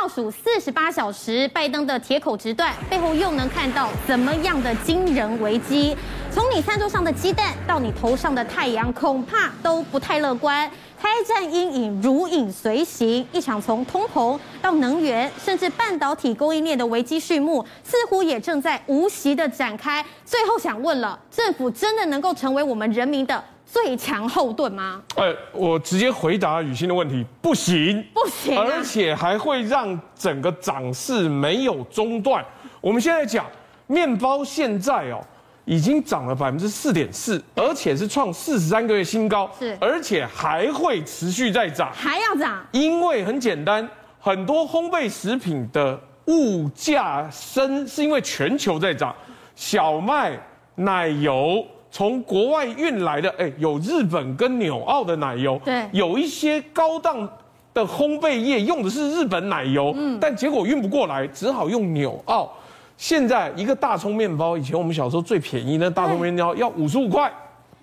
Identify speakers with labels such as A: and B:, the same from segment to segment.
A: 倒数四十八小时，拜登的铁口直断背后又能看到怎么样的惊人危机？从你餐桌上的鸡蛋到你头上的太阳，恐怕都不太乐观。开战阴影如影随形，一场从通膨到能源，甚至半导体供应链的危机序幕，似乎也正在无息的展开。最后想问了，政府真的能够成为我们人民的最强后盾吗？
B: 哎，我直接回答雨欣的问题，不行，
A: 不行啊
B: 而且还会让整个涨势没有中断。我们现在讲面包，现在哦已经涨了百分之四点四，而且是创四十三个月新高，
A: 是
B: 而且还会持续在涨。
A: 还要涨？
B: 因为很简单，很多烘焙食品的物价升是因为全球在涨，小麦、奶油从国外运来的，哎，有日本跟纽澳的奶油，
A: 对
B: 有一些高档。的烘焙业用的是日本奶油，但结果运不过来，只好用纽澳。现在一个大葱面包，以前我们小时候最便宜的大葱面包要五十五块，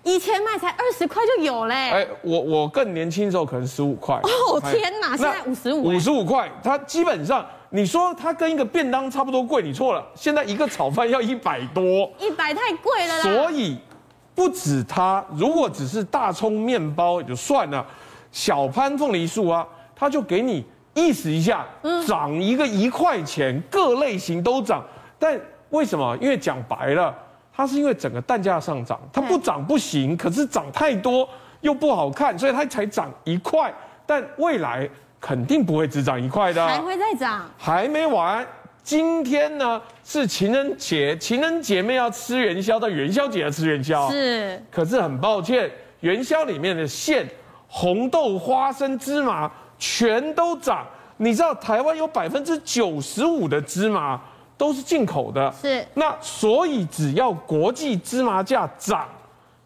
A: 以前卖才二十块就有嘞、
B: 哎，我我更年轻的时候可能十五块。
A: 哦
B: 哎
A: 天哪，现在五十五哎
B: 五，十五块，它基本上你说它跟一个便当差不多贵，你错了。现在一个炒饭要一百多，
A: 一百太贵了啦。
B: 所以不止它，如果只是大葱面包也就算了，小潘凤梨酥啊，它就给你意思一下，
A: 嗯
B: 涨一个一块钱，各类型都涨。但为什么？因为讲白了，它是因为整个蛋价上涨，它不涨不行，可是涨太多又不好看，所以它才涨一块。但未来肯定不会只涨一块的啊、
A: 还会再涨。
B: 还没完，今天呢是情人节，情人节妹要吃元宵，到元宵节要吃元宵。，
A: 是
B: 可是很抱歉，元宵里面的馅、红豆、花生、芝麻全都涨。你知道台湾有百分之九十五的芝麻都是进口的，
A: 是
B: 那所以只要国际芝麻价涨，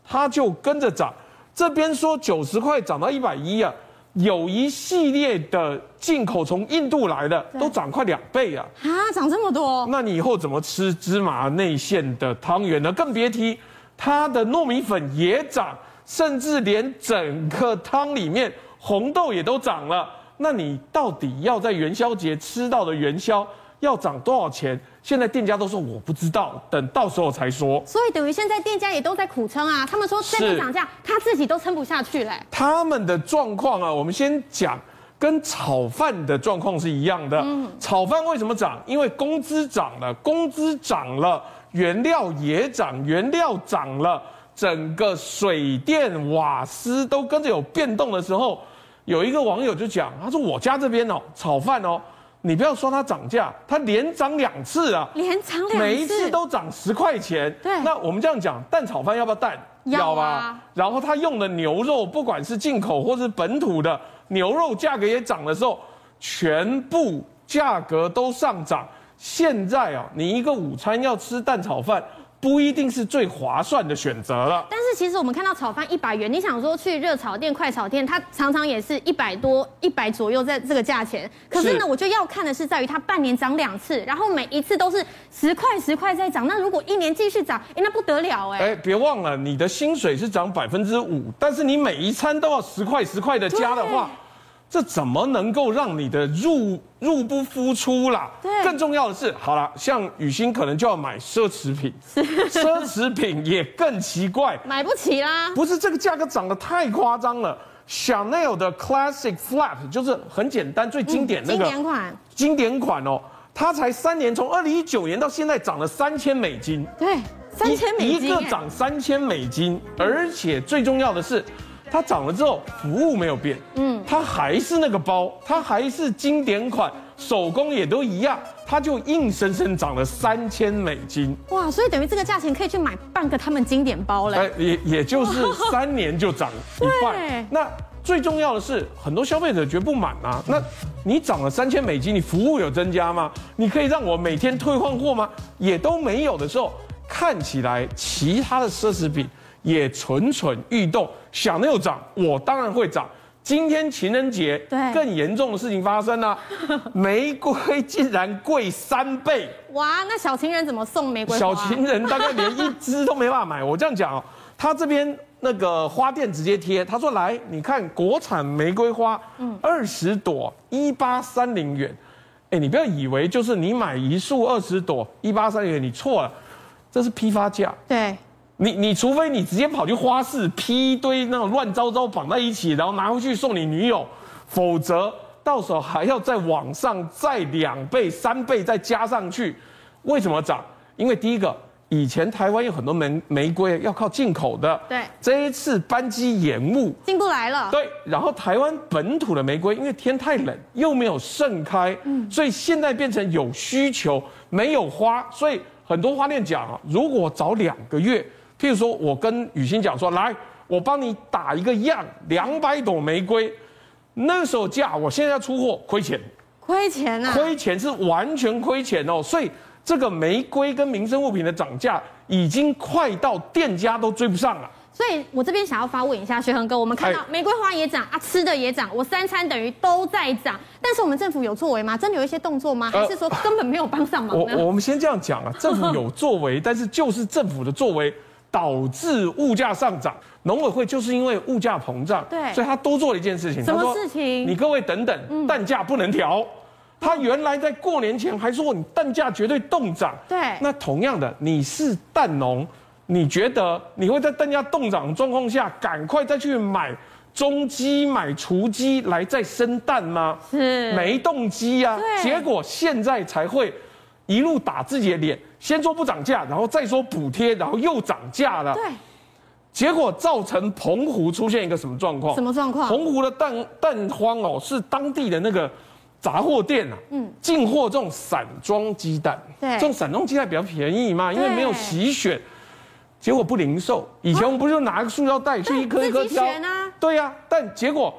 B: 它就跟着涨。这边说九十块涨到一百一啊，有一系列的进口从印度来的都涨快两倍啊。
A: 啊，涨这么多，
B: 那你以后怎么吃芝麻内馅的汤圆呢？更别提它的糯米粉也涨，甚至连整个汤里面红豆也都涨了。那你到底要在元宵节吃到的元宵要涨多少钱？现在店家都说我不知道，等到时候才说。
A: 所以等于现在店家也都在苦撑啊。他们说再不
B: 是
A: 涨价，他自己都撑不下去嘞。
B: 他们的状况啊，我们先讲跟炒饭的状况是一样的。炒饭为什么涨？因为工资涨了，工资涨了，原料也涨，原料涨了，整个水电瓦斯都跟着有变动的时候，有一个网友就讲，他说我家这边哦，炒饭哦，你不要说它涨价，它连涨两次啊。
A: 连涨两次，
B: 每一次都涨十块钱。
A: 对
B: 那我们这样讲，蛋炒饭要不要蛋？
A: 要啊
B: 然后他用的牛肉，不管是进口或是本土的牛肉，价格也涨的时候，全部价格都上涨。现在啊，你一个午餐要吃蛋炒饭，不一定是最划算的选择了。
A: 但是其实我们看到炒饭一百元，你想说去热炒店、快炒店，它常常也是一百多、一百左右在这个价钱。可是呢，
B: 是
A: 我就要看的是在于它半年涨两次，然后每一次都是十块、十块在涨。那如果一年继续涨，哎，那不得了哎、
B: 哎，别忘了你的薪水是涨百分之五，但是你每一餐都要十块十块的加的话，这怎么能够让你的入入不敷出啦？
A: 对
B: 更重要的是，好了，像雨欣可能就要买奢侈品，奢侈品也更 奇怪，
A: 买不起啦。
B: 不是这个价格涨得太夸张了。Chanel 的 Classic Flap 就是很简单最经典那
A: 经
B: 个
A: 典款，
B: 经典款哦，它才三年，从二零一九年到现在涨了三千美金。
A: 对，三千美
B: 一
A: 金、
B: 个
A: 哎
B: 涨三千美金，而且最重要的是，它涨了之后服务没有变，嗯，它还是那个包，它还是经典款，手工也都一样，它就硬生生涨了三千美金，
A: 哇，所以等于这个价钱可以去买半个他们经典包嘞。
B: 哎，也也 就是三年就涨一
A: 对
B: 半，那。最重要的是，很多消费者觉不满啊。那你涨了三千美金，你服务有增加吗？你可以让我每天退换货吗？也都没有的时候，看起来其他的奢侈品也蠢蠢欲动，想着有涨，我当然会涨。今天情人节，
A: 对
B: 更严重的事情发生 了、玫瑰竟然贵三倍。
A: 哇，那小情人怎么送玫瑰花？
B: 小情人大概连一支都没办法买。我这样讲哦，他这边那个花店直接贴，他说来，你看国产玫瑰花，二十朵一八三零元。哎、哎，你不要以为就是你买一束二十朵一八三元，你错了，这是批发价。
A: 对，
B: 你你除非你直接跑去花市批一堆那种乱糟糟绑在一起，然后拿回去送你女友，否则到时候还要再往上再两倍、三倍再加上去。为什么涨？因为第一个，以前台湾有很多玫玫瑰要靠进口的，
A: 对
B: 这一次班机延误，
A: 进不来了。
B: 对，然后台湾本土的玫瑰，因为天太冷，又没有盛开，所以现在变成有需求，没有花，所以很多花店讲啊，如果早两个月，譬如说我跟雨欣讲说，来，我帮你打一个样，两百朵玫瑰，那时候价，我现在要出货亏钱，
A: 亏钱啊呐、
B: 亏钱是完全亏钱哦，所以这个玫瑰跟民生物品的涨价已经快到店家都追不上了。
A: 所以我这边想要发问一下学恒哥，我们看到
B: 哎
A: 玫瑰花也涨啊，吃的也涨，我三餐等于都在涨，但是我们政府有作为吗？真的有一些动作吗？
B: 呃
A: 还是说根本没有帮上忙呢？
B: 我我们先这样 讲啊，政府有作为，但是就是政府的作为导致物价上涨。农委会就是因为物价膨胀，
A: 对
B: 所以他多做了一件事情。
A: 什么
B: 他说
A: 事情嗯
B: 你各位等等，蛋价不能调。他原来在过年前还说你蛋价绝对动涨，
A: 对
B: 那同样的，你是蛋农，你觉得你会在蛋价动涨的状况下，赶快再去买中鸡、买雏鸡来再生蛋吗？
A: 是
B: 没动机呀、
A: 对
B: 结果现在才会一路打自己的脸，先说不涨价，然后再说补贴，然后又涨价了。
A: 对，
B: 结果造成澎湖出现一个什么状况？
A: 什么状况
B: 澎湖的蛋蛋荒哦，是当地的那个杂货店啊，
A: 嗯
B: 嗯，进货这种散装鸡蛋，
A: 对
B: 这种散装鸡蛋比较便宜嘛，因为
A: 对
B: 没有洗选。结果不零售，以前我们不是就拿个塑料袋去
A: 对
B: 一颗一颗
A: 自己
B: 挑
A: 选啊？
B: 对呀、但结果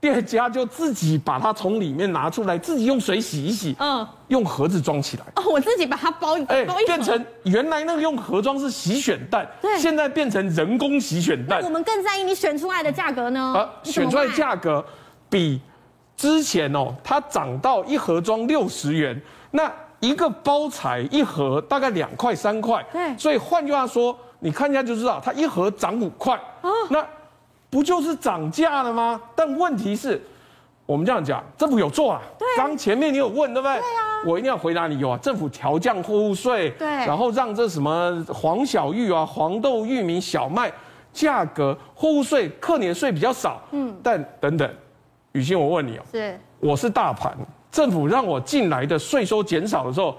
B: 店家就自己把它从里面拿出来，自己用水洗一洗，
A: 嗯，
B: 用盒子装起来。
A: 哦，我自己把它包一
B: 哎、
A: 包一
B: 变
A: 哦盒
B: 成原来那个用盒装是洗选蛋
A: 对，
B: 现在变成人工洗选蛋
A: 我。们更在意你选出来的价格呢？
B: 啊，
A: 你怎
B: 选
A: 么
B: 出来
A: 卖
B: 价格比之前哦，它涨到一盒装六十元，那一个包材一盒大概两块三块，
A: 对
B: 所以换句话说，你看一下就知道，它一盒涨五块，
A: 哦
B: 那不就是涨价了吗？但问题是。我们这样讲，政府有做啊。刚前面你有问，对不对？对啊。我一定要回答你，有啊。政府调降货物税，
A: 对
B: 然后让这什么黄小玉啊、黄豆、玉米、小麦价格、货物税、课年税比较少。嗯。但等等，雨欣，我问你哦，
A: 是
B: 我是大盘，政府让我进来的税收减少的时候，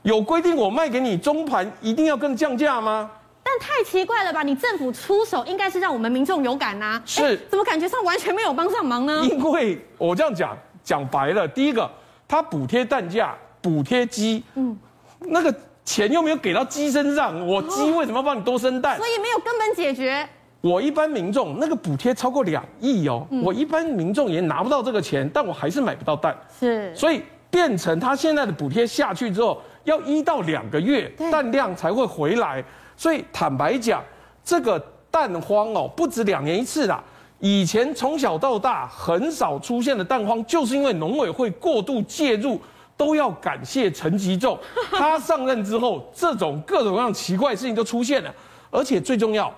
B: 有规定我卖给你中盘一定要跟降价吗？
A: 但太奇怪了吧？你政府出手应该是让我们民众有感呐、
B: 是
A: 哎怎么感觉上完全没有帮上忙呢？
B: 因为我这样讲讲白了，第一个，他补贴蛋价，补贴鸡，嗯，那个钱又没有给到鸡身上，我鸡为什么要帮你多生蛋？
A: 所以没有根本解决。
B: 我一般民众那个补贴超过两亿哦，我一般民众也拿不到这个钱，但我还是买不到蛋，
A: 是
B: 所以变成他现在的补贴下去之后，要一到两个月
A: 对
B: 蛋量才会回来。所以坦白讲，这个蛋荒哦，不止两年一次啦。以前从小到大很少出现的蛋荒，就是因为农委会过度介入。都要感谢陈 吉仲，他上任之后，这种各种各样奇怪的事情就出现了，而且最重要，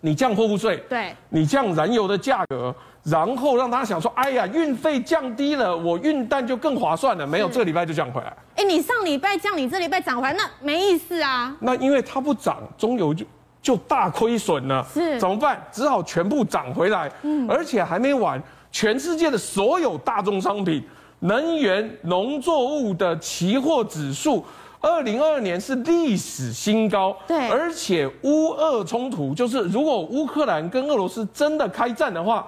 B: 你降货物税，
A: 对，
B: 你降燃油的价格，然后让他想说，哎呀，运费降低了，我运蛋就更划算了。没有，这个礼拜就降回来。
A: 哎，你上礼拜降，你这礼拜涨回来，那没意思啊。
B: 那因为它不涨，中油就就大亏损了，
A: 是
B: 怎么办？只好全部涨回来。嗯，而且还没完，全世界的所有大宗商品、能源、农作物的期货指数。二零二二年是历史新高，
A: 对
B: 而且乌俄冲突就是，如果乌克兰跟俄罗斯真的开战的话，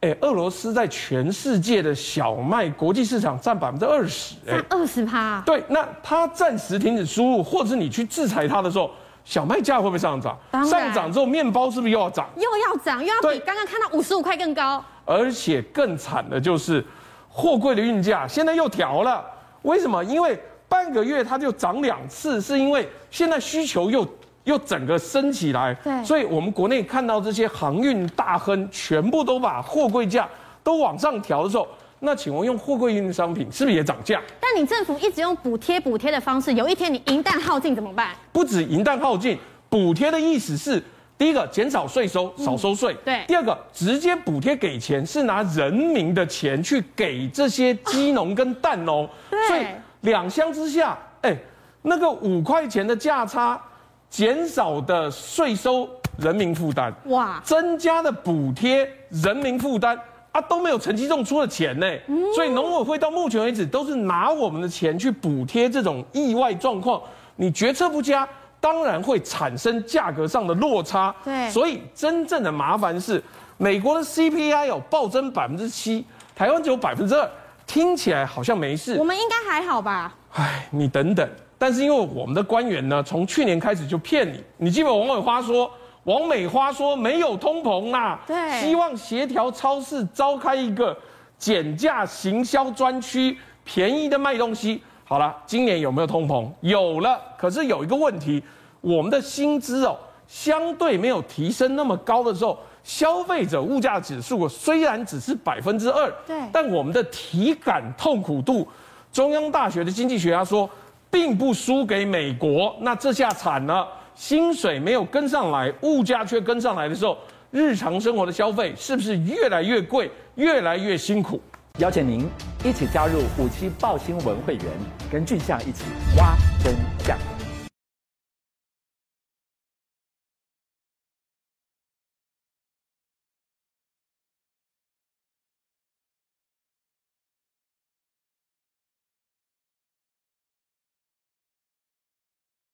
B: 哎，俄罗斯在全世界的小麦国际市场占百分之二十，哎
A: 涨，二十趴，
B: 对，那它暂时停止输入，或者你去制裁它的时候，小麦价会不会上涨
A: 当？然
B: 上涨之后，面包是不是又要涨？
A: 又要涨，又要比
B: 对
A: 刚刚看到五十五块更高。
B: 而且更惨的就是，货柜的运价现在又调了，为什么？因为半个月它就涨两次，是因为现在需求又又整个升起来，
A: 对
B: 所以我们国内看到这些航运大亨全部都把货柜价都往上调的时候，那请问用货柜运的商品是不是也涨价？
A: 但你政府一直用补贴补贴的方式，有一天你银弹耗尽怎么办？
B: 不止银弹耗尽，补贴的意思是第一个减少税收，少收税；
A: 嗯对
B: 第二个直接补贴给钱，是拿人民的钱去给这些鸡农跟蛋农。
A: 对
B: 所以两相之下，哎，那个五块钱的价差，减少的税收人民负担，
A: 哇
B: 增加的补贴人民负担。啊，都没有陈其仲出的钱呢，所以农委会到目前为止都是拿我们的钱去补贴这种意外状况。你决策不佳，当然会产生价格上的落差。
A: 对
B: 所以真正的麻烦是，美国的 CPI 有暴增百分之七，台湾只有百分之二，听起来好像没事
A: 我。们应该还好吧？
B: 唉，你等等。但是因为我们的官员呢，从去年开始就骗你，你记不记得王美花说，王美花说没有通膨啦，
A: 对
B: 希望协调超市召开一个减价行销专区，便宜的卖东西。好了，今年有没有通膨？有了，可是有一个问题，我们的薪资哦，相对没有提升那么高的时候，消费者物价指数哦虽然只是百分之二，
A: 对
B: 但我们的体感痛苦度，中央大学的经济学家说，并不输给美国。那这下惨了，薪水没有跟上来，物价却跟上来的时候，日常生活的消费是不是越来越贵，越来越辛苦？
C: 邀请您一起加入五七报新闻会员，跟俊相一起挖真相。